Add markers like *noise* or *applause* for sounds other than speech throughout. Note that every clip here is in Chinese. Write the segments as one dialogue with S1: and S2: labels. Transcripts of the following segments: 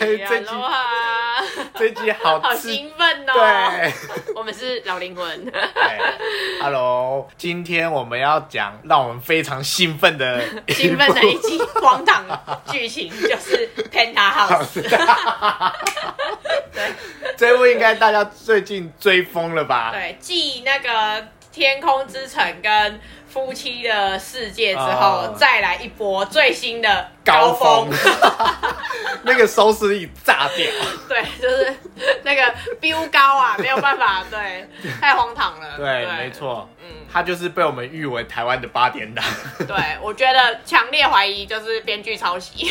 S1: 这集
S2: 哇，
S1: *laughs*
S2: *laughs*
S1: 这集好
S2: 哎好
S1: 刺
S2: 兴奋哦！
S1: 对。
S2: 我们是老灵
S1: *laughs*
S2: 魂，
S1: 对 Hello，今天我们要讲让我们非常兴奋的
S2: *laughs* 兴奋的一集荒唐剧情就是《Penta House》，
S1: 这部应该大家最近追疯了吧？
S2: 对，继那个《天空之城》跟《夫妻的世界》之后
S1: 哦，
S2: 再来一波最新的
S1: 高
S2: 峰
S1: 峰。， *laughs* 那个收视率炸掉。
S2: *laughs* 对，就是那个飙高啊，没有办法，
S1: *laughs*
S2: 对，太荒唐了。
S1: 对，没。错，
S2: 嗯，
S1: 他就是被我们誉为台湾的八点档。
S2: 对，我觉得强烈怀疑就是编剧抄袭。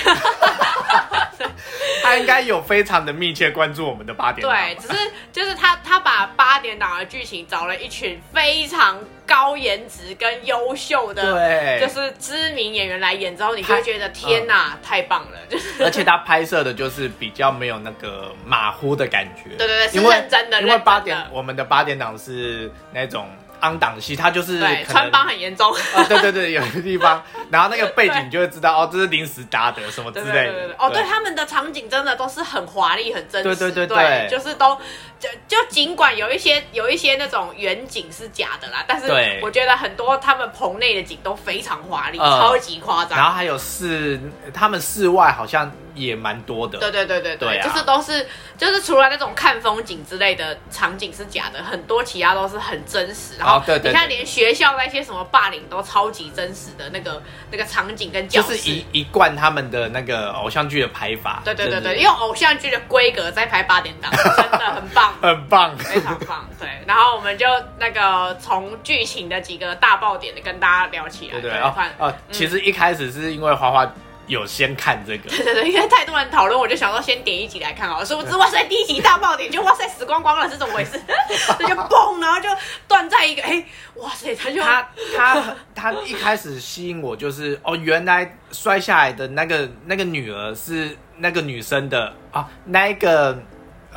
S1: 他应该有非常的密切关注我们的八点档吧。
S2: 对，只是就是他他把八点档的剧情找了一群非常高颜值跟优秀的，
S1: 对，
S2: 就是知名演员来演之后，你就会
S1: 他嗯
S2: 觉得天哪，太棒了！就是
S1: 而且他拍摄的就是比较没有那个马虎的感觉。
S2: 对对对
S1: 因为
S2: 是认真的认
S1: 因为
S2: 真的
S1: 八点我们的八点档是那种昂档戏，它就是
S2: 对，
S1: 可能
S2: 穿帮很严重。
S1: 啊，对对对，有些地方，然后那个背景就会知道哦，这是临时搭的什么之
S2: 对
S1: 类的。
S2: 对对对对，哦，对，他们的场景真的都是很华丽、很真实，
S1: 对对对对
S2: 就是都就就尽管有一些有一些那种远景是假的啦，但是
S1: 对
S2: 我觉得很多他们棚内的景都非常华丽，
S1: 嗯
S2: 超级夸
S1: 然
S2: 张。
S1: 后还有室，他们室外好像也蛮多的。
S2: 对对对对
S1: 对啊
S2: 就是都是就是除了那种看风景之类的场景是假的，很多其他都是很真实。然后
S1: 哦对对
S2: 你看
S1: 对
S2: 连学校那些什么霸凌都超级真实的那个那个场景跟教
S1: 就
S2: 室，
S1: 是一一贯他们的那个偶像剧的拍法。
S2: 对对对对，
S1: 真
S2: 用偶像剧的规格在拍八点
S1: *laughs*
S2: 档，真的很棒。
S1: 的很棒。
S2: 非常棒，对。然后我们就那个从剧情的几个大爆点的跟大家聊起来，
S1: 对对
S2: 对
S1: 哦
S2: 反
S1: 哦，其实一开始是因为花花有先看这个，
S2: 对对对，因为太多人讨论，我就想说先点一集来看好了。殊不
S1: 嗯
S2: 知，哇塞，第一集大爆点，就哇塞死光光了，是怎么回
S1: *laughs*
S2: 事？这就嘣，然后就断在一个，哎，哇塞，他 *laughs* 就
S1: 他他他一开始吸引我就是哦，原来摔下来的那个那个女儿是那个女生的啊，那一个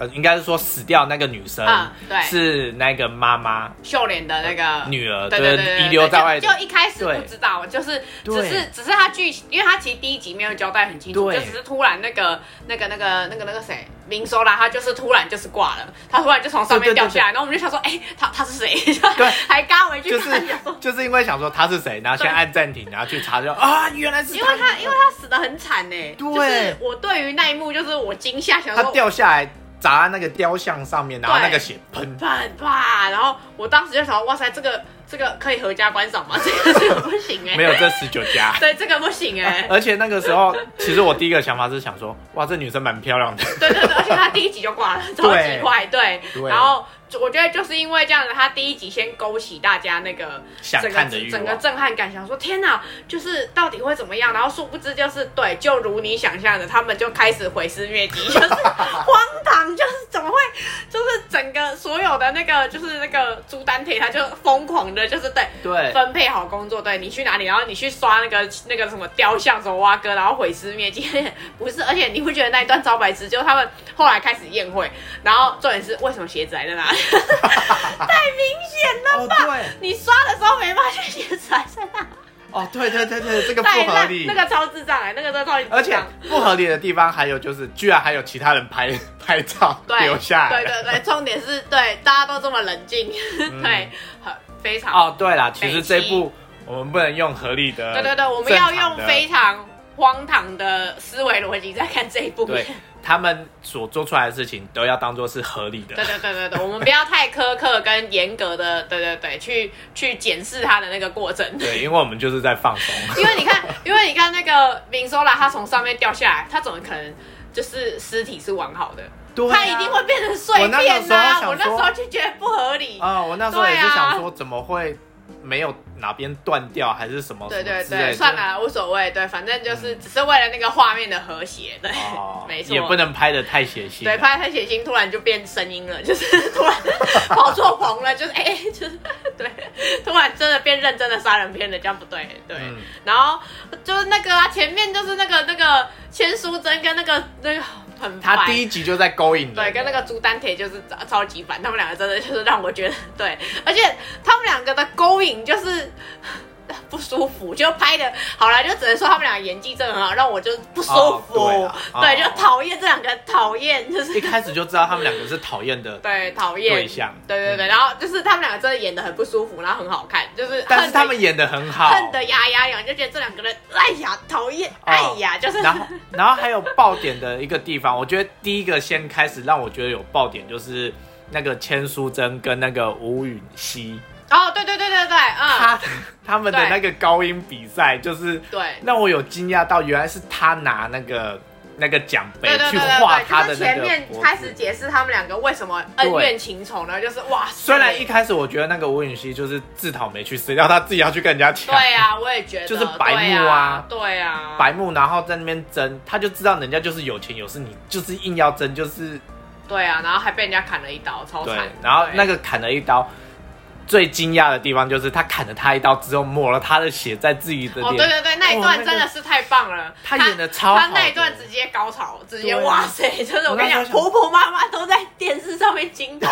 S1: 呃，应该是说死掉那个女生，
S2: 嗯对
S1: 是那个妈妈
S2: 秀莲的那个
S1: 女儿，
S2: 对对对对，
S1: 遗留在外
S2: 就
S1: 的。
S2: 就一开始
S1: 对
S2: 不知道，就是只
S1: 对
S2: 是只是他剧，因为他其实第一集没有交代很清楚，
S1: 对
S2: 就只是突然那个那个那个那个那个谁明收啦，他就是突然就是挂了，他突然就从上面
S1: 对对对
S2: 掉下来，然后我们就想说，哎、他他是谁？对， *laughs* 还嘎回去
S1: 就
S2: 看，
S1: 是
S2: 想说
S1: 就是因为想说她是谁，然后
S2: 对
S1: 先按暂停，然后去查就啊，原来是
S2: 因为他因为他死的很惨呢、就是我对于那一幕就是我惊吓，想
S1: 她
S2: 说
S1: 掉下来砸在那个雕像上面，然后
S2: 对
S1: 那个血喷
S2: 啪啪，然后我当时就想说，哇塞，这个这个可以合家观赏吗？ *laughs* 这个这个不行哎、
S1: 没有这十九家。
S2: 对，这个不行哎、
S1: *laughs* 而且那个时候，其实我第一个想法是想说，哇，这女生蛮漂亮的。
S2: *laughs* 对对对，而且他第一集就挂了，超级快，对。
S1: 对
S2: 然后就我觉得就是因为这样子，他第一集先勾起大家那个
S1: 想
S2: 整
S1: 看的欲
S2: 个
S1: 望
S2: 整个震撼感，想说天哪，就是到底会怎么样？然后殊不知就是对，就如你想象的，他们就开始毁尸灭迹，就是荒唐，就是怎么会，就是整个所有的那个就是那个朱丹铁，他就疯狂的，就是对。
S1: 对
S2: 分配好工作，对你去哪里，然后你去刷那个那个什么雕像、什么蛙哥，然后毁尸灭迹，不是？而且你不觉得那一段招白痴，就是他们后来开始宴会，然后重点是为什么鞋子还在那里？ *laughs*
S1: 哦，对，
S2: 你刷的时候没发现鞋子还在那，
S1: 哦，对对对对，这个不
S2: 太
S1: 合
S2: 烂，
S1: 理
S2: 那。个超智障哎、那个真的超级智障
S1: 而且不合理的地方还有就是，居然还有其他人拍拍照
S2: 对
S1: 留下来。嗯
S2: 对对对，重点是对大家都这么冷静， *laughs* 对，很非常
S1: 哦，对啦，其
S2: 北
S1: 实
S2: 七
S1: 这部我们不能用合理的，
S2: 对对对，我们要
S1: 正常的
S2: 用非常荒唐的思维逻辑在看这一部
S1: 对
S2: 片。
S1: 他们所做出来的事情都要当做是合理的。
S2: 对对对对对，我们不要太苛刻跟严格的，对对对，去去检视他的那个过程。
S1: 对，因为我们就是在
S2: *laughs*
S1: 放松。
S2: 因为你看，因为你看那个明索拉，他从上面掉下来，他怎么可能就是尸体是完好的？
S1: 对啊
S2: 他一定会变成碎
S1: 我那个
S2: 片
S1: 时候想
S2: 呐、
S1: 说
S2: 我那时候就觉得不合理。
S1: 啊、我那时候也
S2: 对
S1: 是
S2: 啊
S1: 想说，怎么会没有哪边断掉，还哦是什么
S2: 对
S1: 什么
S2: 对
S1: 之类
S2: 对，
S1: 的嗯
S2: 算。了，无所谓。对，反正就是只是为了那个画面的和谐，对，
S1: 哦，
S2: 没错。
S1: 也不能拍的太血腥。
S2: *laughs*
S1: 啊
S2: 对，拍拍血腥突然就变声音了，就是 *laughs* 突然跑错棚了，就是哎、就是 *laughs* 对，突然真的变认真的杀人片了，这样不对，对。
S1: 嗯
S2: 然后就是那个啊，前面就是那个那个千淑珍跟那个那个很
S1: 他
S2: 烦
S1: 第一集就在勾引人
S2: 对，跟那个朱丹铁就是超超级反，他们两个真的就是让我觉得对，而且他们两个的勾引就是不舒服，就拍的好啦，就只能说他们俩演技真的很好，让我就不舒服，
S1: 哦对啊哦
S2: 对，就讨厌这两个人，讨厌就是
S1: 一开始就知道他们两个是讨厌的，
S2: 对讨厌
S1: 对象嗯
S2: 对对对，然后就是他们两个真的演的很不舒服，然后很好看，就是
S1: 但
S2: 恨
S1: 是
S2: 得
S1: 他们演的很好，
S2: 恨得牙痒痒，就觉得这两个人，哎呀讨厌，哎呀就是
S1: 然后，然后还有爆点的一个地方，我觉得第一个先开始让我觉得有爆点，就是那个千淑珍跟那个吴允熙，
S2: 哦对对对对对，嗯，
S1: 他他们的
S2: 对
S1: 那个高音比赛，就是
S2: 对。
S1: 让我有惊讶到，原来是他拿那个那个奖杯
S2: 对对
S1: 去
S2: 对对
S1: 画
S2: 对，
S1: 他
S2: 就
S1: 的
S2: 是
S1: 那
S2: 前
S1: 个
S2: 面
S1: 脖
S2: 开
S1: 子
S2: 始解释他们两个为什么恩
S1: 对
S2: 怨情仇呢，就是哇，
S1: 虽然
S2: 塞
S1: 一开始我觉得那个吴允熙就是自讨没趣，死掉他自己要去跟人家抢，
S2: 对啊，我也觉得
S1: 就是白目啊
S2: 对啊，
S1: 白目，然后在那边争，他就知道人家就是有钱有势，你就是硬要争，就是
S2: 对啊，然后还被人家砍了一刀，超
S1: 对
S2: 惨。。
S1: 然后那
S2: 个
S1: 个砍了一刀，最惊讶的地方就是他砍了他一刀之后，抹了他的血在自己的
S2: 哦，对
S1: 脸，
S2: 对对，那一
S1: 哦
S2: 段
S1: 那个
S2: 真的是太棒了，
S1: 他演得超好
S2: 他那一
S1: 的
S2: 段直接高潮，直接
S1: 对啊
S2: 哇塞，真的，我
S1: 我
S2: 跟你
S1: 那时候
S2: 讲，
S1: 想
S2: 婆婆妈妈都在电视上面惊恐，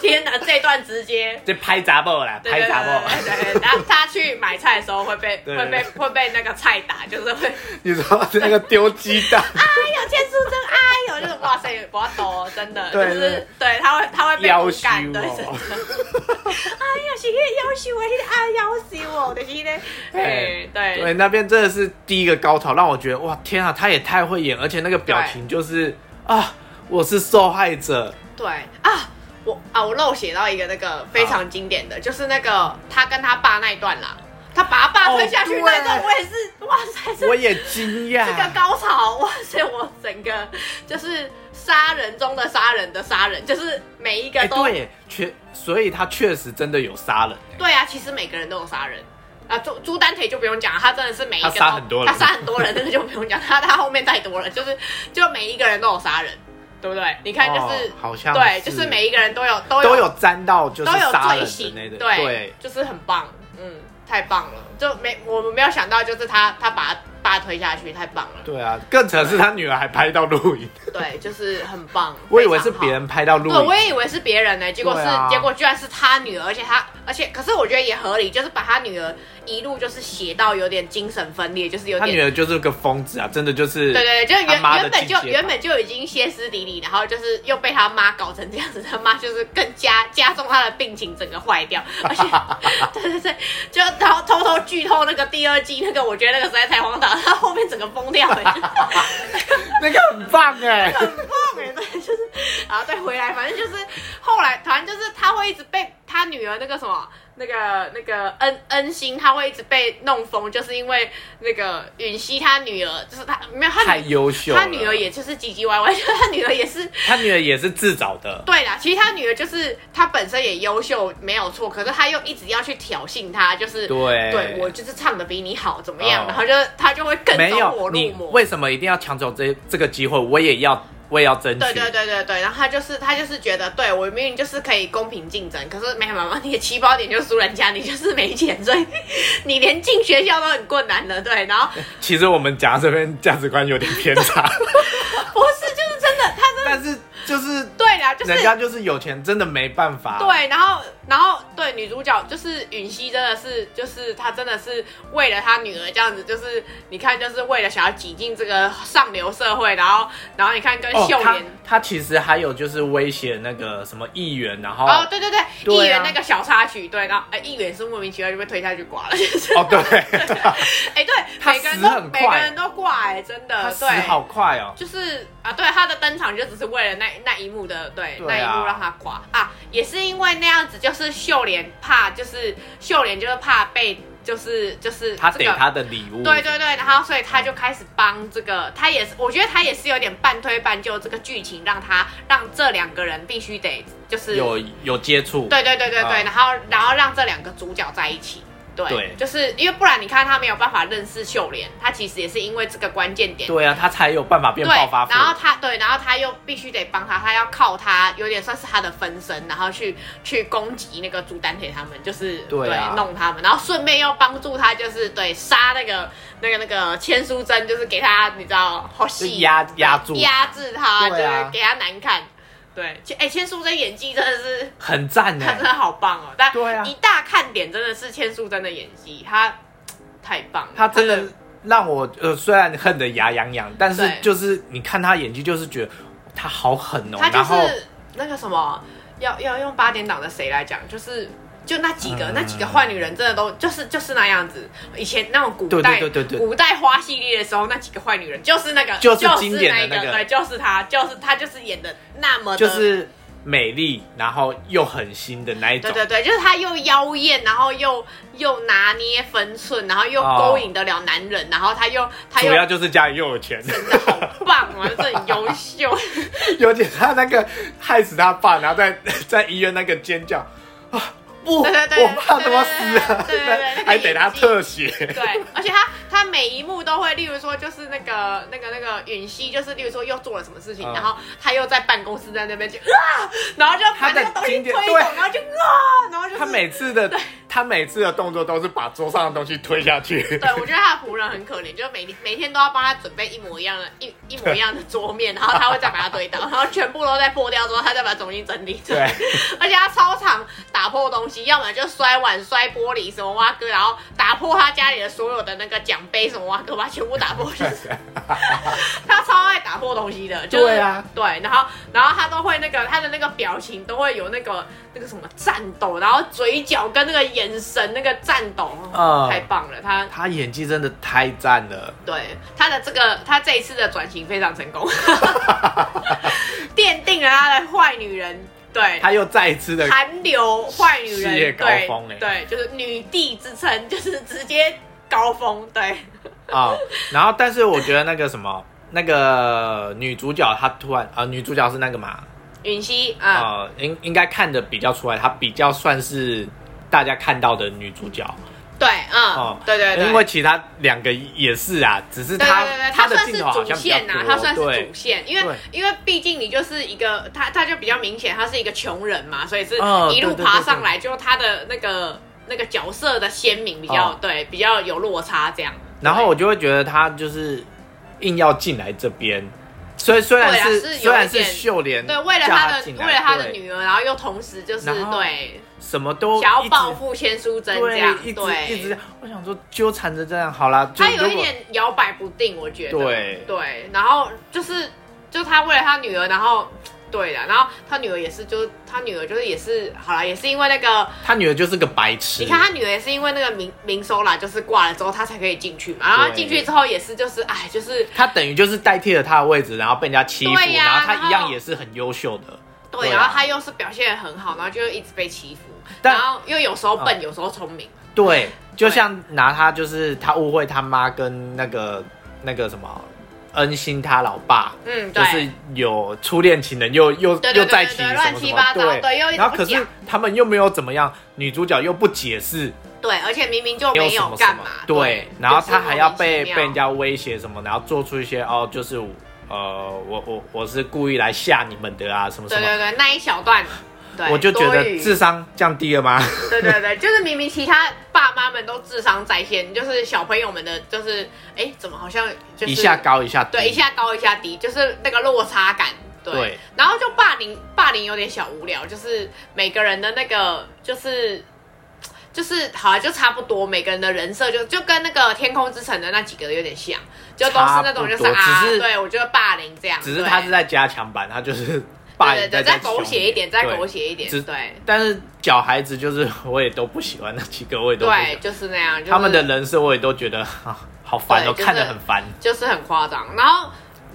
S2: 天哪，这一段直接。
S1: 这拍砸爆啦，
S2: 对
S1: 拍
S2: 对
S1: 砸爆。
S2: 对对对对，然后他去买菜的时候会被
S1: 对
S2: 会被会被那个菜打，就是会
S1: *laughs* 你说那个丢鸡蛋，
S2: 哎呦，千书真哎呦，就是哇塞，不要抖，哦真的，
S1: 对哦
S2: 就是对，他会他会被
S1: 要
S2: 骨
S1: 死
S2: 感，对，
S1: 我
S2: 真的。哎呀，是迄个夭寿的，迄个啊夭寿哦，就是迄个，哎
S1: 对对，
S2: 对
S1: 那边真的是第一个高潮，让我觉得哇天啊，他也太会演，而且那个表
S2: 对
S1: 情就是啊，我是受害者，
S2: 对啊。我啊，我漏写到一个那个非常经典
S1: 啊
S2: 的，就是那个他跟他爸那一段啦，他把他爸推下去
S1: 哦对
S2: 那一段，我也是，哇塞，这
S1: 我也惊 *laughs* 讶。
S2: 这个高潮，哇塞，我整个就是杀人中的杀人的杀人，就是每一个
S1: 哎、
S2: 都
S1: 对，确，所以他确实真的有杀人、欸，
S2: 对啊，其实每个人都有杀人。啊，朱朱丹铁就不用讲，他真的是每一个都
S1: 他杀很多人
S2: 他杀很多人，那个就不用讲，他他后面太多了，就是就每一个人都有杀人，对不对？你看就是、
S1: 哦好像
S2: 对，
S1: 是
S2: 就是每一个人都有都有
S1: 都有沾到就是
S2: 都有
S1: 杀人
S2: 罪
S1: 的
S2: 行
S1: 那，个，
S2: 对，
S1: 对，
S2: 就是很棒，嗯，太棒了，就没我们没有想到，就是他他把他爸推下去，太棒了，
S1: 对啊，更扯是他女儿还拍到录影，
S2: 对，就是很棒。
S1: 我以为是
S2: 非常好
S1: 别人拍到录
S2: 对，我
S1: 影，
S2: 也以为是别人呢、结果是、
S1: 对啊
S2: 结果居然是他女儿，而且他而且可是我觉得也合理，就是把他女儿一路就是写到有点精神分裂，就是有
S1: 他
S2: 点
S1: 女儿就是个疯子啊，真的就是，
S2: 对对对，就
S1: 他
S2: 原
S1: 妈的
S2: 原本
S1: 境
S2: 就
S1: 界吧
S2: 原本就已经歇斯底里，然后就是又被他妈搞成这样子，他妈就是更加加重他的病情，整个坏掉。而且， *laughs* 对对对，就偷偷偷剧透那个第二季那个，我觉得那个实在太荒唐， *laughs* 他后面整个疯掉了、
S1: 那个很棒哎、
S2: 很棒哎，对，就是，然后再回来，反正就是后来，反正就是他会一直被他女儿那个什么，那个那个恩恩心，他会一直被弄疯，就是因为那个允熙他女儿，就是他没有他
S1: 太
S2: 女
S1: 优秀了，
S2: 他女儿，也就是唧唧歪歪， *laughs* 就是他女儿也是。
S1: 他女儿也是自找的，
S2: 对啦，其实他女儿就是她本身也优秀，没有错，可是她又一直要去挑衅他，就是
S1: 对
S2: 对我就是唱的比你好，怎么样？
S1: 哦
S2: 然后就他就会更
S1: 没
S2: 走火
S1: 有
S2: 入
S1: 你
S2: 魔。
S1: 为什么一定要抢走这这个机会？我也要，我也要争取，
S2: 对对对对对，然后他就是他就是觉得，对我明明就是可以公平竞争，可是没有办法，你的起跑点就输人家，你就是没钱，所以你连进学校都很困难了。对，
S1: *laughs*
S2: 然后
S1: 其实我们讲到这边价值观有点偏差，
S2: 不是就是真的，他真的
S1: 但是就是。
S2: 对啦，就是
S1: 人家就是有钱，真的没办法。
S2: 对，然后然后对女主角就是允熙，真的是就是她真的是为了她女儿这样子，就是你看就是为了想要挤进这个上流社会，然后然后你看跟
S1: 哦，
S2: 秀
S1: 他
S2: 妍。
S1: 他其实还有就是威胁那个什么议员，然后
S2: 哦，对对对，
S1: 对啊
S2: 议员那个小插曲，对，然后哎，议员是莫名其妙就被推下去挂了，就是 *laughs*
S1: 哦对，
S2: 哎、对，
S1: 他
S2: 每个人
S1: 死
S2: 都
S1: 很快
S2: 每个人都挂哎、真
S1: 他
S2: 的，
S1: 死好
S2: 对，
S1: 快哦。
S2: 就是啊，对，他的登场就只是为了那那一幕的，对，
S1: 对啊
S2: 那一幕让他挂啊，也是因为那样子，就是秀莲怕，就是秀莲就是怕被，就是就是
S1: 他
S2: 这
S1: 给
S2: 个。
S1: 他的礼物，
S2: 对对对，然后所以他就开始帮这个，他也是，我觉得他也是有点半推半就这个剧情，让他让这两个人必须得就是
S1: 有有接触，
S2: 对对对对对，
S1: 啊
S2: 然后然后让这两个主角在一起。对，
S1: 对
S2: 就是因为不然，你看他没有办法认识秀莲，他其实也是因为这个关键点，
S1: 对啊，他才有办法变暴发户。
S2: 然后他对，然后他又必须得帮他，他要靠他，有点算是他的分身，然后去去攻击那个朱丹铁他们，就是
S1: 对啊
S2: 弄他们，然后顺便又帮助他，就是对杀那个那个那个呃千书珍，就是给他你知道好
S1: 就
S2: 戏
S1: 压压住
S2: 压制他，
S1: 对啊
S2: 就是给他难看。对，千哎、千树真演技真的是，
S1: 很赞欸呢
S2: 他。真的好棒哦！但
S1: 对啊
S2: 一大看点真的是千树真的演技，他太棒了，
S1: 他真的让我呃，虽然恨得牙痒痒，但是
S2: 对
S1: 就是你看他演技，就是觉得他好狠哦、
S2: 他就
S1: 然后
S2: 是那个什么，要要用八点档的谁来讲，就是。就那几个，
S1: 嗯
S2: 那几个坏女人真的都就是就是那样子。以前那种古代
S1: 对对对对对
S2: 古代花系列的时候，那几个坏女人就是那个
S1: 就是
S2: 那
S1: 经典的
S2: 一
S1: 那个
S2: 对，就是她，就是她就是演的那么的
S1: 就是美丽，然后又狠心的那一种
S2: 对。对对，就是她又妖艳，然后又又拿捏分寸，然后又
S1: 哦
S2: 勾引得了男人，然后她又她
S1: 主
S2: 又
S1: 要就是家里又有钱，
S2: 棒啊，这很优秀。 *laughs*
S1: 尤其他那个害死他爸，然后在在医院那个尖叫啊，不，
S2: 对对对
S1: 我怕他妈死啊，
S2: 对对对对对对
S1: 还得他特写，
S2: 对，而且他他每一幕都会，例如说就是那个那个那个允熙，就是例如说又做了什么事情，
S1: 嗯
S2: 然后他又在办公室在那边就啊，然后就把那个东西推
S1: 他的经典
S2: 走，
S1: 对
S2: 然后就啊，然后就是
S1: 他每次的他每次的动作都是把桌上的东西推下去，
S2: 对，我觉得他的仆人很可怜，就是每天每天都要帮他准备一模一样的、一一模一样的桌面，然后他会再把它堆倒，然后全部都在破掉之后，他再把它重新整理出来。而且他超常打破东西，要么就摔碗、摔玻璃什么挖哥，然后打破他家里的所有的那个奖杯什么挖哥，把它全部打破。
S1: *laughs*
S2: 就是、他超爱打破东西的，就是、
S1: 对啊，
S2: 对，然后然后他都会那个他的那个表情都会有那个那个什么颤抖，然后嘴角跟那个眼神那个颤抖，
S1: 嗯
S2: 太棒了，他
S1: 他演技真的太赞了，
S2: 对他的这个，他这一次的转型非常
S1: *laughs*
S2: 成功，奠定了他的坏女人，
S1: *laughs*
S2: 对，
S1: 他又再一次的
S2: 韩流坏女
S1: 事业
S2: 人，
S1: 高
S2: 对
S1: 峰欸
S2: 对，就是女帝之称，就是直接高峰，对，
S1: 啊、然后但是我觉得那个什么，那个女主角她突然啊、呃女主角是那个嘛，
S2: 允熙啊，
S1: 呃，应应该看的比较出来，她比较算是大家看到的女主角，
S2: 对，嗯
S1: 哦，
S2: 对对对，
S1: 因为其他两个也是啊，只是
S2: 对
S1: 她
S2: 对对，
S1: 她
S2: 他
S1: 的
S2: 算
S1: 镜
S2: 是
S1: 头好
S2: 主
S1: 像比较
S2: 线
S1: 多
S2: 呐、，他算是
S1: 对
S2: 主线，因为
S1: 对
S2: 因为毕竟你就是一个他，他就比较明显，他是一个穷人嘛，所以是
S1: 嗯
S2: 一路
S1: 对对
S2: 爬
S1: 对
S2: 上
S1: 对
S2: 来，就他的那个那个角色的鲜明比较、
S1: 嗯
S2: 对，比较有落差这样。
S1: 然后我就会觉得她就是硬要进来这边，虽虽然
S2: 对啊
S1: 是
S2: 是有
S1: 虽然
S2: 一
S1: 是
S2: 点
S1: 秀莲
S2: 对，为了
S1: 叫
S2: 他
S1: 她
S2: 的
S1: 嗯进来
S2: 为了他的
S1: 对
S2: 女儿，然后又同时就是
S1: 然后
S2: 对
S1: 什么都
S2: 想
S1: 一
S2: 要
S1: 直
S2: 报复千书珍这样，
S1: 一直
S2: 对，
S1: 一直这样，我想说纠缠着这样好啦，就
S2: 他有
S1: 如
S2: 一
S1: 果
S2: 点摇摆不定，我觉得。
S1: 对
S2: 对，然后就是就他为了他女儿，然后对的，然后他女儿也是，就是他女儿就是也是好了，也是因为那个，
S1: 他女儿就是个白痴，
S2: 你看他女儿也是因为那个明明收啦，就是挂了之后他才可以进去嘛，然后他
S1: 对
S2: 进去之后也是就是哎就是。
S1: 他等于就是代替了他的位置，然后被人家欺负，
S2: 对呀
S1: 然后他一
S2: 然
S1: 样
S2: 后
S1: 也是很优秀的。
S2: 对，
S1: 对啊
S2: 然后他又是表现得很好，然后就一直被欺负，
S1: 但嗯
S2: 然后又有时候笨，有时候聪明，
S1: 对，就像拿他就是他误会他妈跟那个那个什么恩心他老爸，
S2: 嗯，
S1: 就
S2: 对，
S1: 是有初恋情人又又
S2: 对对对
S1: 又在一起
S2: 对对
S1: 什
S2: 乱
S1: 么
S2: 七
S1: 什
S2: 八
S1: 么，
S2: 糟对又一直
S1: 然后
S2: 不
S1: 可是
S2: 讲
S1: 他们又没有怎么样，女主角又不解释，
S2: 对，而且明明就
S1: 没有
S2: 没
S1: 什么什
S2: 干
S1: 么
S2: 嘛，，
S1: 对，然后
S2: 就是
S1: 他还要
S2: 莫名
S1: 被
S2: 其
S1: 被
S2: 妙
S1: 人家威胁什么，然后做出一些哦，就是呃，我我我是故意来吓你们的啊，什么什
S2: 对
S1: 么，
S2: 对对，那一小段，对，
S1: 我就觉
S2: 多
S1: 得
S2: 余
S1: 智商降低了吗？
S2: 对对对，就是明明其他爸妈们都智商在线，就是小朋友们的，就是哎、诶怎么好像就是
S1: 一下高一下低，
S2: 对一下高一下低，就是那个落差感。对，
S1: 对
S2: 然后就霸凌，霸凌有点小无聊，就是每个人的那个就是。就是好、啊，就差不多，每个人的人设就就跟那个《天空之城》的那几个有点像，就都是那种就是
S1: 差不多
S2: 啊
S1: 只是，
S2: 对我觉得霸凌这样，
S1: 只是
S2: 对
S1: 他是在加强版，他就是霸
S2: 对
S1: 凌
S2: 对对，再
S1: 再
S2: 狗血一点，再狗。血一点，
S1: 只
S2: 对
S1: 但是小孩子就是 *laughs* 我也都不喜欢那几个，我也都不喜欢
S2: 对，就是那样，就是
S1: 他们的人设我也都觉得啊好烦哦，
S2: 对就是
S1: 看得很烦。
S2: 就是很夸张。然后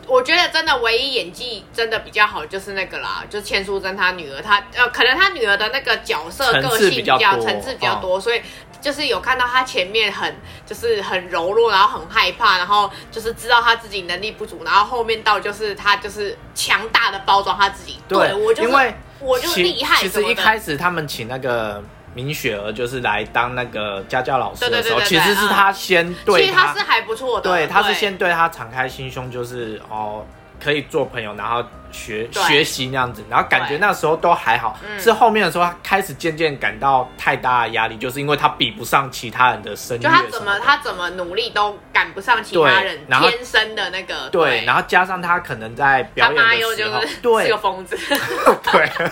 S2: 我觉得真的唯一演技真的比较好就是那个啦，就是千淑珍她女儿，她呃可能她女儿的那个角色
S1: 层次
S2: 个性
S1: 比较多
S2: 层次比较多，所以。就是有看到她前面很就是很柔弱，然后很害怕，然后就是知道她自己能力不足，然后后面到就是她就是强大的包装她自己。对我就是
S1: 因为
S2: 我就
S1: 其
S2: 厉害
S1: 其
S2: 什
S1: 实
S2: 么
S1: 一
S2: 的
S1: 开始他们请那个明雪儿，就是来当那个家教老师的时候，
S2: 对对对对
S1: 其
S2: 对
S1: 实是
S2: 嗯
S1: 他先
S2: 其
S1: 对
S2: 实她是还不错的，
S1: 对，他是先对他敞开心胸，就是哦可以做朋友，然后学
S2: 对
S1: 学习那样子，然后感觉
S2: 对
S1: 那时候都还好，
S2: 嗯
S1: 是后面的时候他开始渐渐感到太大的压力，就是因为他比不上其他人的声乐
S2: 就
S1: 什
S2: 他
S1: 的，
S2: 怎么他怎么努力都赶不上其他
S1: 对
S2: 人
S1: 然后
S2: 天生的那个
S1: 对，然
S2: 后
S1: 后加上他可能在表
S2: 他
S1: 演
S2: 妈又
S1: 的
S2: 就
S1: 时候，
S2: 是
S1: 对
S2: 是个疯子，
S1: *laughs*
S2: *laughs*
S1: 对，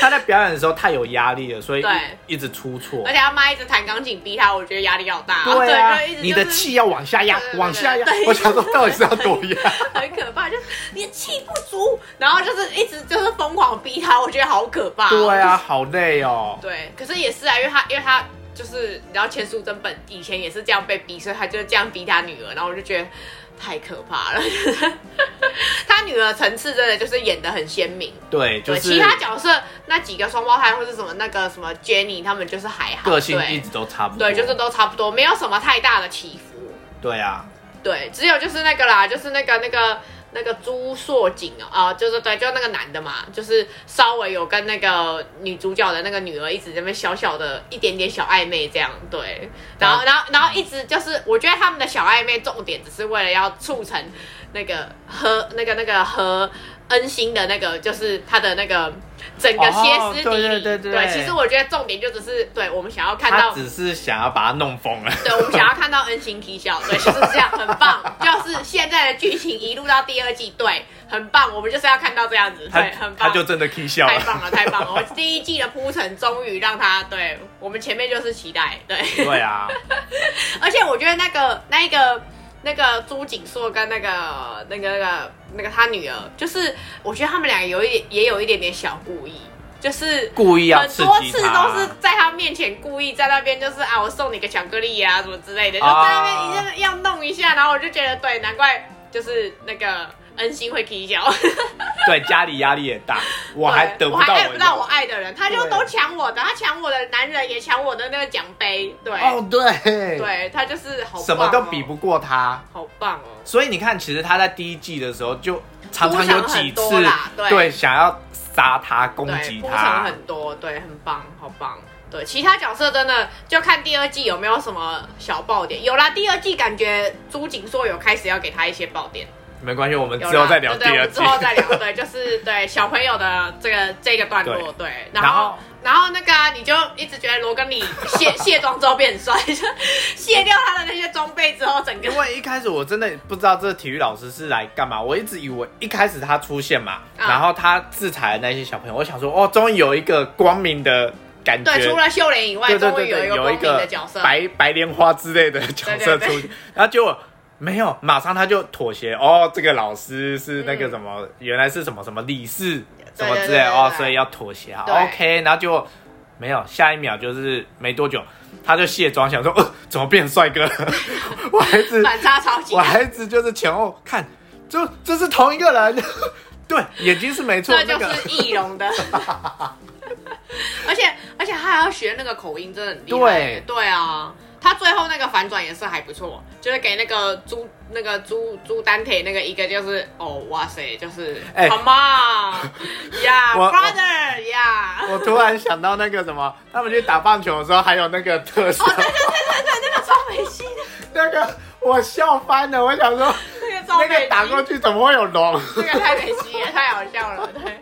S1: 他在表演的时候太有压力了，所以
S2: 对哎
S1: 一一直出错
S2: 而。且他妈一直弹钢琴逼他，我觉得压力好大，
S1: 对啊
S2: 哦就一，直
S1: 你
S2: 就
S1: 的
S2: 是
S1: 气要往下压
S2: 对对，对
S1: 往下压
S2: 对。
S1: 我想说，到底是要多压？
S2: *laughs* 很可怕，就是你的气不足，然后就是一直就是疯狂逼他，我觉得好可怕、哦
S1: 对啊，，好累哦。
S2: 对，可是也是啊，因为他因为他就是你知道钱淑贞本以前也是这样被逼，所以他就这样逼他女儿，然后我就觉得太可怕了。 *laughs* 他女儿层次真的就是演的很鲜明，
S1: 对，就
S2: 对，
S1: 是
S2: 其他角色那几个双胞胎或是什么那个什么 Jenny 他们就是还好，
S1: 个性
S2: 啊对
S1: 一直都差不多。
S2: 对，就是都差不多，没有什么太大的起伏。
S1: 对啊，
S2: 对，只有就是那个啦，就是那个那个那个朱硕景哦啊、就是对，就那个男的嘛，就是稍微有跟那个女主角的那个女儿一直在那边小小的一点点小暧昧这样，对，
S1: 啊
S2: 然后然后然后一直就是我觉得他们的小暧昧重点只是为了要促成那个和那个那个和。恩星的那个就是他的那个整个歇
S1: 哦
S2: 斯底
S1: 对
S2: 里，
S1: 对对对
S2: 其实我觉得重点就只是对我们想要看
S1: 他
S2: 到
S1: 只是想要把他弄疯了。
S2: 对，我们想要看到恩情啼笑，对，就是这样，很棒。就是现在的剧情一路到第二季，对，很棒。我们就是要看到这样子，
S1: 他
S2: 对， *laughs* 很
S1: 他
S2: 棒。
S1: 就真的 K 笑
S2: 太
S1: 了。
S2: 棒了，太棒了！我第一季的铺陈终于让他对我们前面就是期待，对，
S1: *laughs* 对啊，
S2: 而且我觉得那个那一个那个朱景硕跟那个那个那个那个他女儿，就是我觉得他们俩有一点也有一点点小故意，就是
S1: 故意要
S2: 很
S1: 刺
S2: 多
S1: 激
S2: 次
S1: 他
S2: 都是在他面前故意在那边，就是啊，我送你个巧克力啊，什么之类的，就在那
S1: 啊
S2: 边一定要弄一下，然后我就觉得对，难怪就是那个恩星会踢脚，
S1: 对家里压力也大，我还
S2: 对
S1: 得不
S2: 我还
S1: 到
S2: 爱不到我
S1: 我
S2: 爱的人，他就
S1: 对
S2: 都抢我的，他抢我的男人也抢我的那个奖杯，对、
S1: 要。哦，对，
S2: 对，他就是好棒哦、
S1: 什么都比不过他。
S2: 好棒哦。
S1: 所以你看，其实他在第一季的时候就常常
S2: 铺陈
S1: 有几
S2: 很
S1: 次
S2: 多啦对
S1: 想要杀他、攻
S2: 对，
S1: 击
S2: 铺陈
S1: 他。
S2: 很多，对，很棒，好棒。对，其他角色真的就看第二季有没有什么小爆点。有啦，第二季感觉朱景硕有开始要给他一些爆点，
S1: 没关系，我们
S2: 有
S1: 之
S2: 啦
S1: 后再聊第
S2: 对对我
S1: 二
S2: 们
S1: 季
S2: 之。后再聊。对，就是对小朋友的这个这个段落，对，然
S1: 然
S2: 后
S1: 后。
S2: 然后那个啊、你就一直觉得罗根里卸卸妆之后变很帅，就卸掉他的那些装备之后，整个
S1: 因为一开始我真的不知道这个体育老师是来干嘛，我一直以为一开始他出现嘛，
S2: 啊
S1: 然后他制裁了那些小朋友，我想说哦，终于有一个光明的感觉，
S2: 对，除了秀莲以外，
S1: 对对
S2: 终
S1: 对
S2: 于有
S1: 对，
S2: 一个光
S1: 有一
S2: 明的
S1: 个
S2: 角色，
S1: 白白莲花之类的角
S2: 对
S1: 色
S2: 对
S1: 出
S2: 对
S1: 现，然后结果没有，马上他就妥协哦，这个老师是那个
S2: 嗯
S1: 什么，原来是什么什么理事
S2: 对
S1: 什么
S2: 对
S1: 之
S2: 对
S1: 类的
S2: 对
S1: 哦，
S2: 对
S1: 所以要妥协好
S2: 对
S1: ，OK，然后结果没有，下一秒就是没多久。他就卸妆，想说，呃，怎么变帅哥了？ *laughs* 我还是
S2: 反差超级
S1: *laughs* 我
S2: 大。
S1: 孩子就是前后看，就这是同一个人， *laughs* 对，眼睛是没错，
S2: 这
S1: 那
S2: 就
S1: 个
S2: 是易容 *laughs* 的。而且而且他还要学那个口音，真的很厉害。
S1: 对
S2: 对啊，他最后那个反转也是还不错，就是给那个朱那个朱朱丹铁那个一个就是哦哇塞，就是、
S1: 哎
S2: Come on 呀、
S1: 我
S2: brother 呀、
S1: 我突然想到那个什么，他们去打棒球的时候，还有那个特效，
S2: *laughs* 那个超美系的，
S1: *laughs* 那个我笑翻了。我想说，
S2: 那个超
S1: 那
S2: 美
S1: 个打
S2: 系
S1: 过去怎么会有龙？
S2: 这个太美系了，太好笑了，对。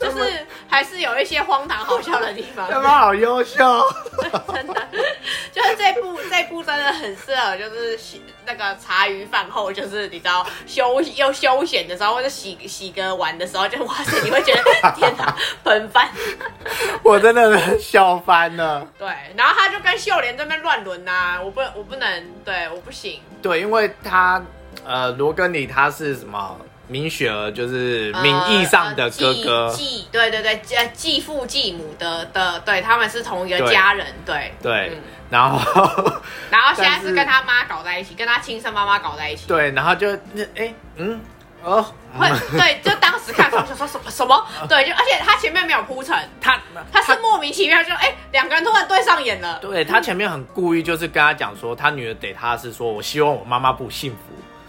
S2: 就是还是有一些荒唐好笑的地 *laughs* 方，
S1: 他们好优秀。 *laughs*
S2: 真的，就是这部 *laughs* 这部真的很适合，就是洗那个茶余饭后，就是你知道休又休闲的时候，或者洗洗个碗的时候，就哇塞，你会觉得天哪，喷
S1: *laughs*
S2: 饭。
S1: 我真的是笑翻了。
S2: 对，然后他就跟秀莲这边乱伦呐、我不我不能，对，我不行，
S1: 对，因为他呃，罗根里他是什么？明雪儿就是
S2: 呃
S1: 名义上的哥哥，
S2: 呃继继对对对，呃继父继母的的，对他们是同一个
S1: 对
S2: 家人，对
S1: 对，
S2: 嗯
S1: 然后 *laughs*
S2: 然后现在
S1: 但是
S2: 是跟他妈搞在一起，跟他亲生妈妈搞在一起，
S1: 对，然后就那哎、嗯哦，嗯
S2: 会对，就当时看的时候想说什么什么，对，就而且他前面没有铺陈，
S1: 他
S2: 他是莫名其妙就哎两、个人突然对上眼了， *laughs*
S1: 对他前面很故意，就是跟他讲说，他女儿给他是说，我希望我妈妈不幸福。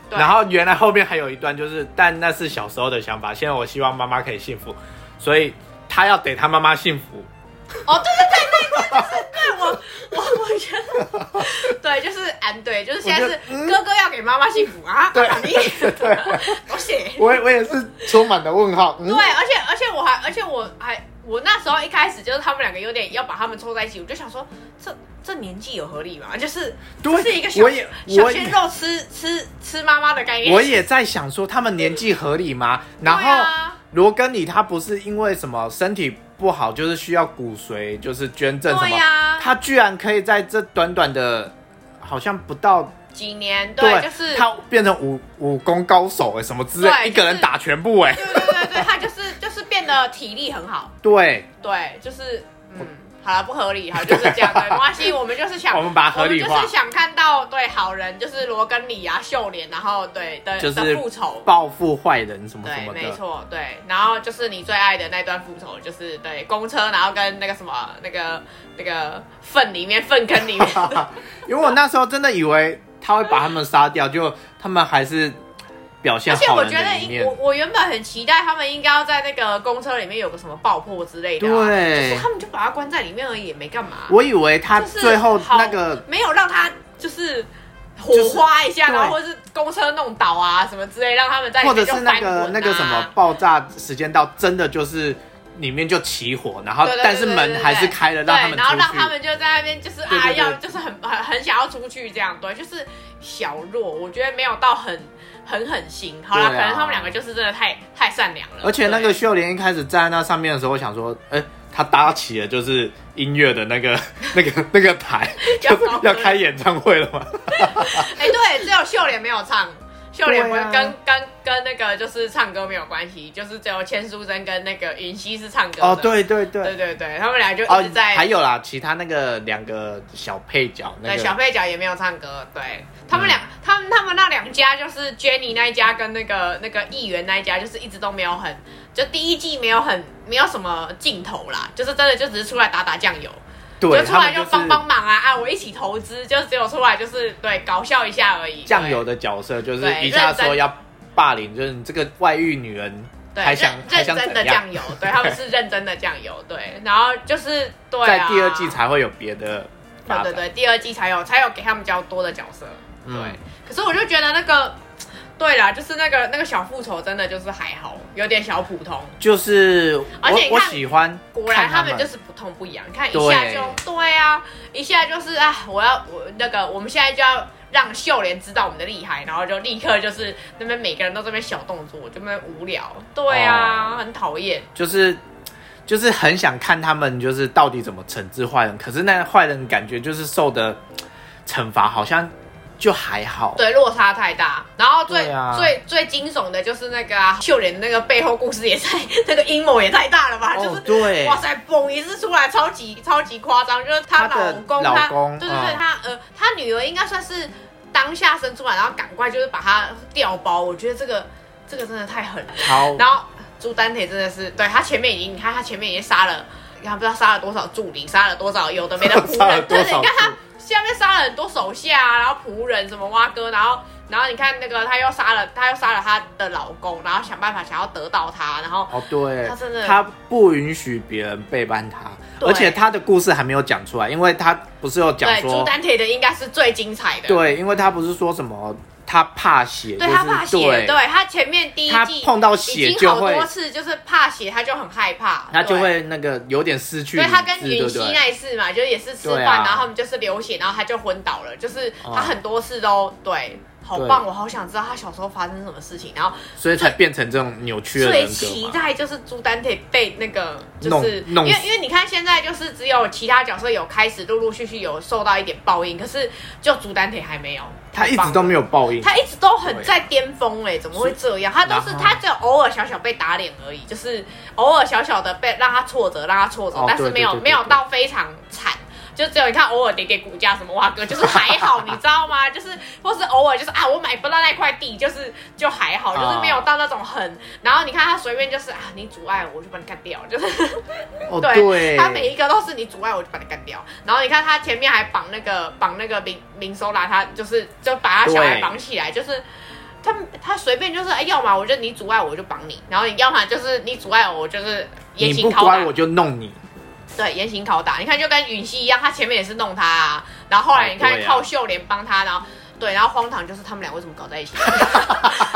S2: 对
S1: 然后原来后面还有一段就是，但那是小时候的想法，现在我希望妈妈可以幸福，所以他要给他妈妈幸福。
S2: 哦对对对对对对，对我我我觉得，对，就是安对，就是现在
S1: 我
S2: 是
S1: 觉得嗯
S2: 哥哥要给妈妈幸福啊，
S1: 对
S2: 啊你
S1: 对
S2: 我写。
S1: 我也我也是充满了问号。嗯
S2: 对，，啊而且而且我还，而且我还，我那时候一开始就是他们两个有点要把他们凑在一起，我就想说，这这年纪有合理吗？就是
S1: 对
S2: 这是一个小
S1: 我也
S2: 小
S1: 我也
S2: 鲜肉吃吃吃妈妈的概念。
S1: 我也在想说他们年纪合理吗？然
S2: 对
S1: 后
S2: 啊，
S1: 罗根里他不是因为什么身体不好，就是需要骨髓就是捐赠什
S2: 对啊
S1: 么，
S2: 呀、
S1: 他居然可以在这短短的，好像不到
S2: 几年对，就是
S1: 他变成武武功高手哎、什么之类，
S2: 对
S1: 一个人
S2: 就是
S1: 打全部哎、
S2: 对对对对，他就是 *laughs* 就是变得体力很好，
S1: 对，
S2: 对，就是嗯，好了，不合理，好就是这样，
S1: *laughs*
S2: 对，没关系，我们就是想，
S1: 我们把它合理化
S2: 我们就是想看到对好人，就是罗根里啊、秀莲，然后对的
S1: 就是
S2: 的复仇。
S1: 报复坏人什么什
S2: 对，
S1: 么
S2: 没
S1: 的，
S2: 错，对，然后就是你最爱的那段复仇，就是对公车，然后跟那个什么那个那个粪里面粪坑
S1: *laughs*
S2: 里面，
S1: 因为我那时候真的以为他会把他们杀掉，就他们还是表现
S2: 而且
S1: 好
S2: 我
S1: 人
S2: 觉得
S1: 的一
S2: 应我
S1: 面。
S2: 我原本很期待他们应该要在那个公车里面有个什么爆破之类的、啊，
S1: 对
S2: 就是他们就把它关在里面而已，也没干嘛。
S1: 我以为他
S2: 就是
S1: 最后
S2: 好
S1: 那个
S2: 没有让他就是火花一下，
S1: 就是
S2: 然后或是公车弄倒啊什么之类，让他们在里
S1: 或者
S2: 面就是翻
S1: 那
S2: 滚
S1: 个
S2: 啊
S1: 那个什么。爆炸时间到，真的就是里面就起火，然后
S2: 对对对
S1: 但是
S2: 对对
S1: 门
S2: 对
S1: 还是开了，
S2: 对，
S1: 让他们
S2: 然后让他
S1: 出去。
S2: 们就在那边，就是
S1: 对
S2: 啊，
S1: 对对
S2: 要就是很很很想要出去这样，对，就是小弱，我觉得没有到很很狠心。好啦，可
S1: 对啊
S2: 能他们两个就是真的太太善良了。
S1: 而且那
S2: 对
S1: 个秀莲一开始站在那上面的时候，我想说，哎、他搭起了就是音乐的那个那个那个台，
S2: *laughs* *laughs* 要
S1: 就
S2: 高歌
S1: 要开演唱会了吗？
S2: 哎、对，只有秀莲没有唱，秀莲不是
S1: 对啊
S2: 跟、跟跟那个就是唱歌没有关系，就是只有千淑珍跟那个云溪是唱歌的。
S1: 哦，对对对，
S2: 对对对，他们俩就
S1: 哦
S2: 一直，在。
S1: 还有啦，其他那个两个小配角，那
S2: 对，
S1: 个
S2: 小配角也没有唱歌。对他们俩，他们他们那两家就是 Jenny 那一家跟那个那个议员那一家，就是一直都没有很，就第一季没有很没有什么镜头啦，就是真的就只是出来打打酱油，
S1: 对，
S2: 就出
S1: 他
S2: 来
S1: 们
S2: 就是帮帮忙啊啊，我一起投资，就只有出来就是对搞笑一下而已。
S1: 酱油的角色，就是
S2: 对
S1: 一下
S2: 认真
S1: 说要霸凌，就是你这个外遇女人，
S2: 对，
S1: 还想
S2: 认
S1: 还
S2: 认
S1: 想
S2: 真的
S1: 怎样？
S2: 酱油，对他们是认真的酱油，对，然后就是对、啊，
S1: 在第二季才会有别的
S2: 对
S1: 发
S2: 对
S1: 展。
S2: 对，第二季才有才有给他们比较多的角色。对，
S1: 嗯
S2: 可是我就觉得那个，对啦，就是那个那个小复仇真的就是还好，有点小普通。
S1: 就是
S2: 而且你看
S1: 我我喜欢，
S2: 果然他
S1: 他
S2: 们
S1: 们
S2: 就是不痛不痒，看一下就对啊，一下就是啊，我要我那个，我们现在就要让秀莲知道我们的厉害，然后就立刻就是那边每个人都这边小动作，就那边无聊，对啊，
S1: 哦
S2: 很讨厌。
S1: 就是就是很想看他们就是到底怎么惩治坏人，可是那坏人感觉就是受的惩罚好像就还好。哦
S2: 对，落差太大。然后最、
S1: 对啊
S2: 最最惊悚的就是那个、啊、秀莲那个背后故事也太那个阴谋也太大了吧？就
S1: 哦
S2: 是，
S1: 对
S2: 哇，塞，嘣一次出来，超级超级夸张。就是她
S1: 她的
S2: 公，
S1: 老
S2: 她
S1: 公
S2: 对对对，
S1: 嗯
S2: 她、呃，她女儿应该算是当下生出来，然后赶快就是把她调包。我觉得这个这个真的太狠了。
S1: 超
S2: 然后朱丹铁真的是，对他前面已经，你看他前面已经杀了，你看不知道杀了多少助理，杀了多少有
S1: *laughs*
S2: 的没的仆
S1: 杀了
S2: 人，
S1: 多
S2: 对，
S1: 少
S2: 你看他
S1: 助
S2: 下面杀了很多手下、啊，然后仆人什么蛙哥，然后然后你看那个他又杀了，他又杀了他的老公，然后想办法想要得到他，然后
S1: 哦，对，
S2: 他真的
S1: 他不允许别人背叛他，
S2: 对
S1: 而且他的故事还没有讲出来，因为他不是有讲
S2: 对朱
S1: 说，
S2: 丹铁的应该是最精彩的，
S1: 对，因为他不是说什么他怕血，
S2: 对
S1: 就
S2: 他
S1: 是
S2: 怕血，
S1: 对
S2: 对他前面第一
S1: 他
S2: 季
S1: 碰到
S2: 已
S1: 血
S2: 经
S1: 就
S2: 好
S1: 会
S2: 多，次就是怕血，他就很害怕，
S1: 他就
S2: 对
S1: 会那个有点失去理
S2: 对
S1: 智，
S2: 他跟
S1: 对
S2: 云
S1: 不
S2: 溪
S1: 对
S2: 那一次嘛，就是也是吃饭，
S1: 对啊
S2: 然后他们就是流血，然后他就昏倒了，就是他
S1: 哦
S2: 很多次都对。好
S1: 对
S2: 棒！我好想知道他小时候发生什么事情，然后
S1: 所以才变成这种扭曲的
S2: 最
S1: 人
S2: 期
S1: 格嘛。
S2: 待就是朱丹铁被那个，就
S1: 弄
S2: 是因
S1: 弄
S2: 为
S1: 死
S2: 因为你看现在就是只有其他角色有开始陆陆续续有受到一点报应，可是就朱丹铁还没有，
S1: 他
S2: 太
S1: 一
S2: 棒
S1: 直都
S2: 了
S1: 没有报应，
S2: 他一直都很
S1: 对
S2: 在巅峰哎、怎么会这样？他都是
S1: 然后
S2: 他只有偶尔小小被打脸而已，就是偶尔小小的被让他挫折，让他挫折，
S1: 哦
S2: 但是
S1: 对对
S2: 没有
S1: 对对
S2: 没有到非常惨。就只有你看，偶尔跌跌股价什么哇哥， *laughs* 就是还好，你知道吗？就是或是偶尔就是啊，我买不到那块地，就是就还好，
S1: 啊
S2: 就是没有到那种很。然后你看他随便就是啊，你阻碍我，我就把你干掉，就是
S1: 哦
S2: 对，他每
S1: 对，
S2: 一个都是你阻碍，我就把你干掉。然后你看他前面还绑那个绑那个明明收拉，他就是就把他小孩
S1: 对
S2: 绑起来，就是他他随便就是，哎，要么我就你阻碍我，我就绑你；然后你要么就是你阻碍我，我就是严
S1: 你
S2: 刑
S1: 不
S2: 拷打
S1: 乖我。就弄你，
S2: 对，严刑拷打。你看，就跟允熙一样，他前面也是弄他、啊，然后后来你看、
S1: 哦对啊
S2: 靠秀莲帮他，然后对，然后荒唐就是他们俩为什么搞
S1: *laughs*
S2: 在一起？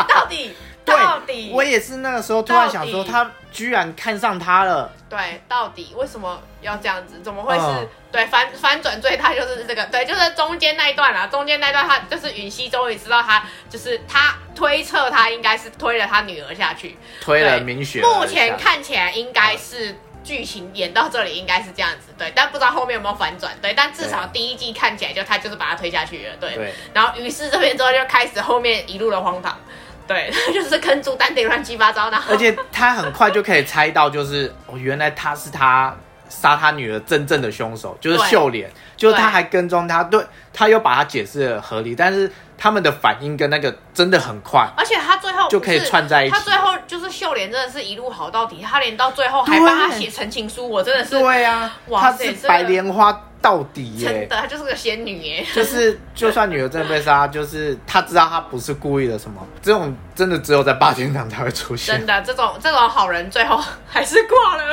S2: 到底
S1: 对
S2: 到底
S1: 我也是那个时候突然想
S2: 到
S1: 说，
S2: 底
S1: 他居然看上他了，
S2: 对，到底为什么要这样子？怎么会是、
S1: 嗯
S2: 对反反转最大就是这个？对，就是中间那一段啦、中间那一段他就是允熙终于知道他就是他推测他应该是推了他女儿下去，
S1: 推了
S2: 对
S1: 明雪。
S2: 目前，看起来应该是剧情演到这里应该是这样子，对，但不知道后面有没有反转，对，但至少第一季看起来就他就是把他推下去了，对，
S1: 对，
S2: 然后于是这边之后就开始后面一路的荒唐，对， *laughs* 就是跟朱丹迪乱七八糟，然后
S1: 而且他很快就可以猜到，就是哦，原来他是他杀他女儿真正的凶手，就是
S2: 对
S1: 秀莲，就是
S2: 对
S1: 他还跟踪他，对，他又把他解释的合理，但是他们的反应跟那个真的很快，
S2: 而且他最后
S1: 就可以
S2: 不是
S1: 串在一起
S2: 他最后就是秀莲真的是一路好到底，他连到最后还帮他
S1: 对
S2: 写陈情书，我真的是
S1: 对啊，
S2: 哇
S1: 他
S2: 塞
S1: 是
S2: 这个
S1: 白莲花到底
S2: 真
S1: 耶。
S2: 的，她就是个仙女耶。
S1: 就是，就算女儿真的被杀，就是他知道他不是故意的，什么这种真的只有在八天堂才会出现
S2: 真。的，这种这种好人最后还是挂了，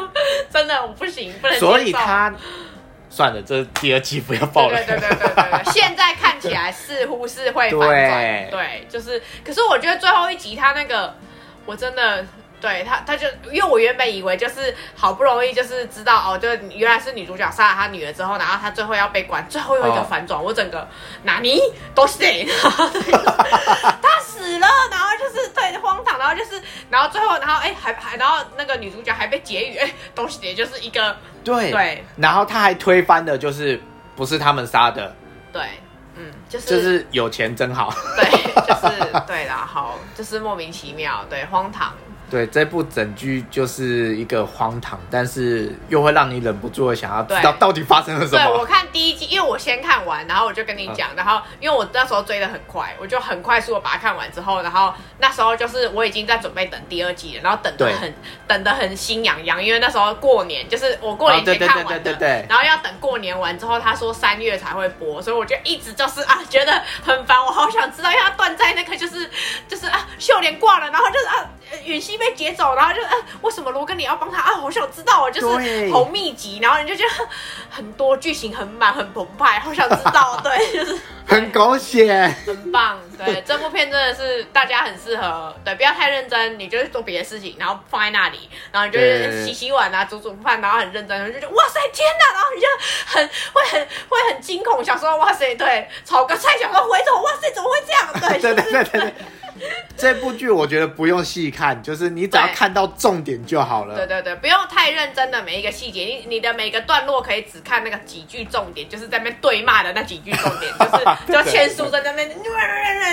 S2: *laughs* 真的我不行，不能接受。
S1: *laughs* 所以他算了，这第二季不要爆了。
S2: 对对对对对
S1: *laughs*
S2: 对，现在看起来似乎是会反转，
S1: 对
S2: 对，就是，可是我觉得最后一集他那个，我真的。对他，他就因为我原本以为就是好不容易就是知道哦，就是原来是女主角杀了他女儿之后，然后他最后要被关，最后有一个
S1: 哦
S2: 反转，我整个哪尼都是 *laughs* 谁，然后对就是他死了，然后就是对荒唐，然后就是然后最后然后哎还还然后那个女主角还被结语，哎东西也就是一个
S1: 对
S2: 对
S1: 然后他还推翻的，就是不是他们杀的，
S2: 对，嗯，就是
S1: 就是有钱真好。 *laughs*
S2: *laughs* 对，就是对啦，好，就是莫名其妙，对，荒唐，
S1: 对，这部整剧就是一个荒唐，但是又会让你忍不住地想要知
S2: 对
S1: 道到底发生了什
S2: 对我
S1: 么。嗯
S2: 看第一季，因为我先看完，然后我就跟你讲，然后因为我那时候追的很快，我就很快速的把它看完之后，然后那时候就是我已经在准备等第二季了，然后等的
S1: 对
S2: 很等的很心痒痒，因为那时候过年就是我过年
S1: 哦对
S2: 前看完的，
S1: 对对对对对
S2: 然后要等过年完之后，他说三月才会播，所以我就一直就是啊觉得很烦，我好想知道，因为他断在那个就是就是啊秀莲挂了，然后就是啊呃允熙被劫走，然后就啊为什么罗根你要帮他啊，好想知道哦，就是
S1: 对
S2: 好密集，然后你就觉得很多剧情很满很澎湃，好想知道，哦对，就是
S1: *laughs* 很狗血，
S2: 很棒， *laughs* 对，这部片真的是大家很适合，对，不要太认真，你就是做别的事情，然后放在那里，然后你就
S1: 对
S2: 是洗洗碗啊，煮煮饭，然后很认真，然后就觉得哇塞天哪，然后你就很会很会很惊恐，想说哇塞，对，炒个菜想说回头哇塞怎么会这样，
S1: *laughs* 对
S2: 对，
S1: 对对对对。这部剧我觉得不用细看，就是你只要
S2: 对
S1: 看到重点就好了。
S2: *laughs* 对对对，不用太认真的每一个细节，你你的每个段落可以只看那个几句重点，就是在那边对骂的那几句重 *laughs* 点，就是就千书在那边，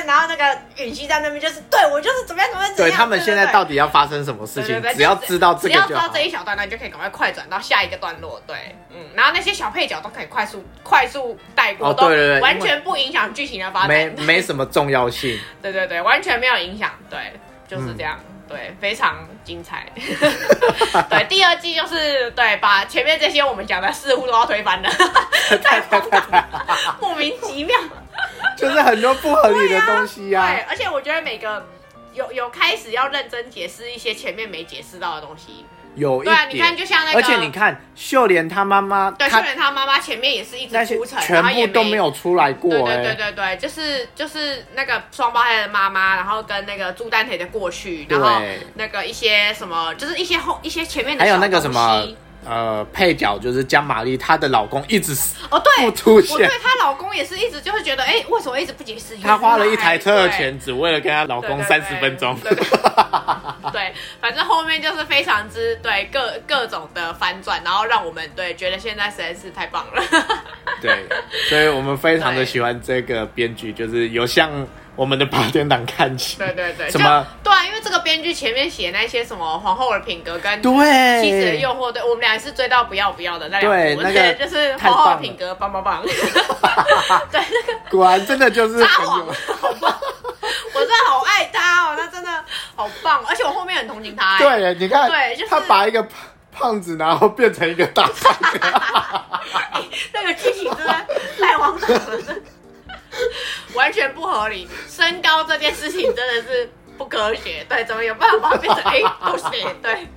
S2: 然后那个允熙在那边就是对我就是怎么样怎么样怎么
S1: *laughs* 对
S2: 样。
S1: 他们现在到底要发生什么事
S2: 对
S1: 情
S2: 对对，，
S1: 只要知道这个
S2: 只要知
S1: 就
S2: 道
S1: 好
S2: 这。一小段，那你就可以赶快快转到下一个段落。对，嗯，然后那些小配角都可以快速快速带过，
S1: 哦
S2: 都
S1: 对对对
S2: 完
S1: 因为
S2: 全不影响剧情的发展，
S1: 没没什么重要性， *laughs*
S2: 对对对，完全没有影响，对，就是这样，对，非常精
S1: *laughs*
S2: 彩。对，第二季就是对，把前面这些我们讲的似乎都要推翻
S1: *laughs*
S2: 了，太荒唐了，莫名其妙。
S1: 就是很多不合理的东西啊呀、
S2: 对，啊而且我觉得每个有有开始要认真解释一些前面没解释到的东西。
S1: 有一
S2: 对啊，你看
S1: 点。
S2: 就像那个，
S1: 而且你看，秀莲她妈妈，
S2: 对，秀
S1: 她
S2: 莲她妈妈前面也是一
S1: 那
S2: 直
S1: 些
S2: 铺陈，
S1: 全
S2: 然后也
S1: 部都没有出来
S2: 对
S1: 过、
S2: 对
S1: 哎，
S2: 对对对，就是就是那个双胞胎的妈妈，然后跟那个朱丹培的过去，然后
S1: 对
S2: 那个一些什么，就是一些后一些前面的
S1: 还有
S2: 小
S1: 那个什么
S2: 东西
S1: 呃，配角就是江玛丽，她的老公一直死
S2: 哦，对，
S1: 不出
S2: 我对
S1: 现，
S2: 她老公也是一直就会觉得，哎、为什么一直不解释？
S1: 她花了一台车的
S2: 对
S1: 钱，只为了跟她老公
S2: 对对
S1: 三
S2: 对
S1: 十分钟。
S2: 对对对对，反正后面就是非常之对各各种的反转，然后让我们对觉得现在实在是太棒了。
S1: 对，所以我们非常
S2: 对
S1: 的喜欢这个编剧，就是有向我们的八点档看齐。
S2: 对对对，
S1: 什么
S2: 就对啊，因为这个编剧前面写那些什么皇后的品格 *laughs* 跟
S1: 对，
S2: 妻子的诱惑，对我们俩是追到不要不要的那两
S1: 对
S2: 部，
S1: 那个
S2: 对就是
S1: 太
S2: 皇后
S1: 棒
S2: 的
S1: 了
S2: 品格棒棒
S1: *laughs*
S2: 棒， *laughs* 对那个
S1: 果然真的就是
S2: 撒
S1: 很
S2: 谎
S1: 有，
S2: 好棒，我真的好爱他哦，他真的好棒，而且我后面很同情他，哎，
S1: 对，你看，
S2: 对就是
S1: 他把一个胖胖子，然后变成一个大帅
S2: *laughs*
S1: 哥，
S2: 那个剧情真的太荒唐了， *laughs* 真的完全不合理，身高这件事情真的是不科学，对，怎么有办法变成哎都是对。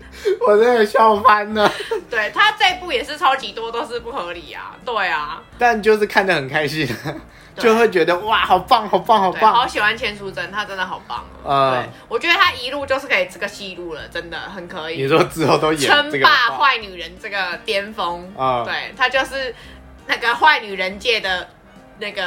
S1: 我真的笑翻了。
S2: 对他这一部也是超级多都是不合理啊，对啊，
S1: 但就是看得很开心，啊
S2: 对
S1: 就会觉得哇，好棒，好棒，好
S2: 对，好
S1: 棒。
S2: 喜欢钱淑珍，她真的好棒哦、
S1: 呃
S2: 对，我觉得她一路就是可以这个戏路了，真的很可
S1: 你
S2: 以，
S1: 说之后都演
S2: 称
S1: 这个
S2: 霸
S1: 吧
S2: 坏女人这个巅峰，
S1: 啊
S2: 对她就是那个坏女人界的那个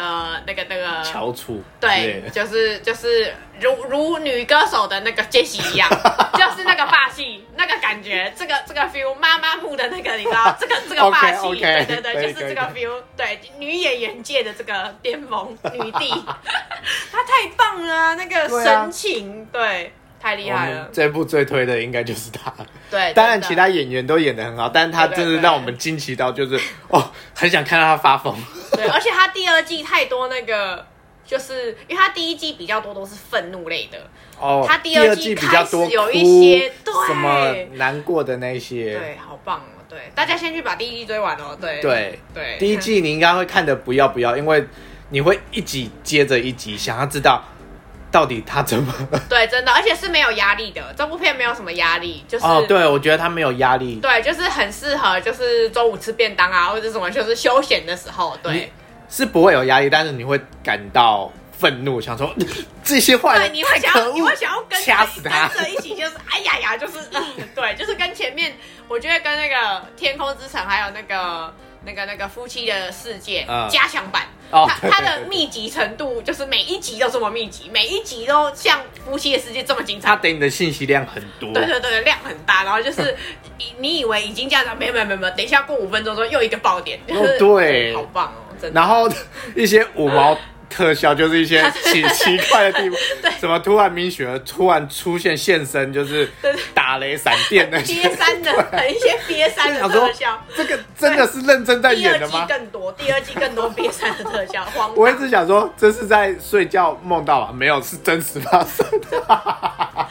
S2: 那个那个
S1: 翘楚之
S2: 对，
S1: 类的，
S2: 就是就是如如女歌手的那个杰西
S1: *laughs*
S2: 一样，就是那个霸气，那个感觉，这个这个 feel，妈妈木的那个，你知道，这个这个霸气
S1: OK，OK，
S2: 对对
S1: 可以
S2: 对，就是这个
S1: 可
S2: feel，对，女演员界的这个巅峰女帝， *laughs* 她太棒了啊，那个
S1: 对啊
S2: 神情，对，太厉
S1: 我
S2: 害
S1: 们
S2: 了，
S1: 这部最推的应该就是他。
S2: 对，
S1: 当然，
S2: 真的
S1: 其他演员都演得很好，但他真
S2: 对对
S1: 的
S2: 对
S1: 让我们惊奇到，就是哦，很想看到他发疯。
S2: 对，而且他第二季太多那个。就是因为他第一季比较多都是愤怒类的，
S1: 哦，
S2: 他第
S1: 第
S2: 二季
S1: 季比较多
S2: 开始有一
S1: 哭
S2: 些对
S1: 什么难过的那些，
S2: 对，好棒哦！对，大家先去把第一季追完哦。对
S1: 对
S2: 对，
S1: 第一季你应该会看的不要不要，因为你会一集接着一集，想要知道到底他怎么了。
S2: 对，真的，而且是没有压力的，这部片没有什么压力，就是、
S1: 哦，对，我觉得他没有压力。
S2: 对就是很适合，就是中午吃便当啊，或者什么，就是休闲的时候，对
S1: 是不会有压力，但是你会感到愤怒，想说 *laughs* 这些坏
S2: 对，
S1: 人，
S2: 你会想
S1: 可
S2: 要，
S1: 恶
S2: 你会想要跟着
S1: 掐死他
S2: 跟着一起，就是哎呀呀，就是、 *laughs* 嗯对，就是跟前面，我觉得跟那个《天空之城》还有那个。那个那个夫妻的世界、
S1: 嗯
S2: 加强版，
S1: 哦
S2: 它它的密集程度就是每一集都这么密集，每一集都像夫妻的世界这么紧张
S1: 他，给你的信息量很多。
S2: 对对对，量很大，然后就是
S1: *laughs*
S2: 你你以为已经这样子，没有没有没有没有，等一下过五分钟之后又一个爆点，就是、
S1: 哦对
S2: *laughs* 好棒哦，真的。
S1: 然后一些五毛特效，就是一些奇奇怪的地
S2: *laughs*
S1: 方，什么突然米雪儿突然出现现身，就是
S2: 对对
S1: 打雷闪电那些
S2: *laughs* 憋。三的，
S1: *laughs*
S2: 一些憋三的
S1: 想说
S2: 特效，
S1: 这个真的是认真在
S2: 第二
S1: 演的
S2: 季
S1: 吗？
S2: 更多，第二季更多憋三的特
S1: *laughs*
S2: 效，荒
S1: 我一
S2: 唐。
S1: 直想说这是在睡觉梦到啊，没有是真实
S2: *laughs*
S1: 发生的。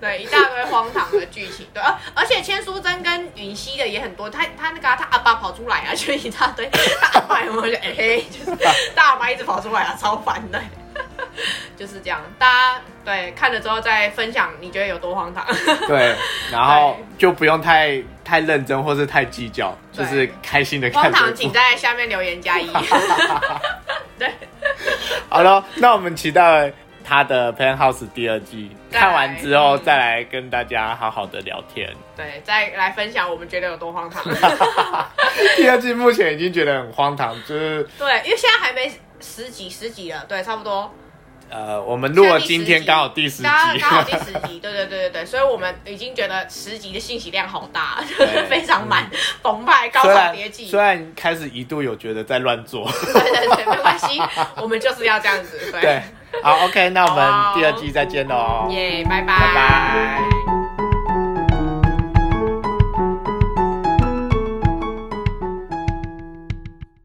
S2: 对，一大堆荒唐的剧情，对，而而且千淑珍跟允熙的也很多，他他那个啊、他阿爸跑出来啊，就一大堆，他阿爸有没有就 *laughs* 哎、就是大阿爸一直跑出来啊，超烦的， *laughs* 就是这样，大家对看了之后再分享，你觉得有多荒唐？
S1: 对，然后就不用太太认真或是太计较，
S2: 对
S1: 就是开心的
S2: 荒
S1: *laughs* 看这
S2: 唐，
S1: 部
S2: 请。在下面留言加
S1: *laughs*
S2: 一。对，
S1: 好了，那我们期待他的《Penthouse》第二季，
S2: 对
S1: 看完之后
S2: 嗯
S1: 再来跟大家好好的聊天。
S2: 对，再来分享我们觉得有多荒
S1: *laughs*
S2: 唐。
S1: 第二季目前已经觉得很荒唐，就是
S2: 对，因为现在还没十集，十集了，对，差不多。
S1: 呃，我们录了今天刚好第十集，
S2: 刚刚好第十集，对对对对对，所以我们已经觉得十集的信息量好大，
S1: 对
S2: *laughs* 非常满，澎湃，高
S1: *laughs* 虽
S2: 潮
S1: 然
S2: 迭起
S1: 虽。然开始一度有觉得在乱做，
S2: 对 *laughs* 对对，没关系，我们就是
S1: *laughs*
S2: 要这样子，对
S1: 对，好，OK，那我
S2: 好
S1: 们第二季再见喽，
S2: 耶，拜拜
S1: 拜拜。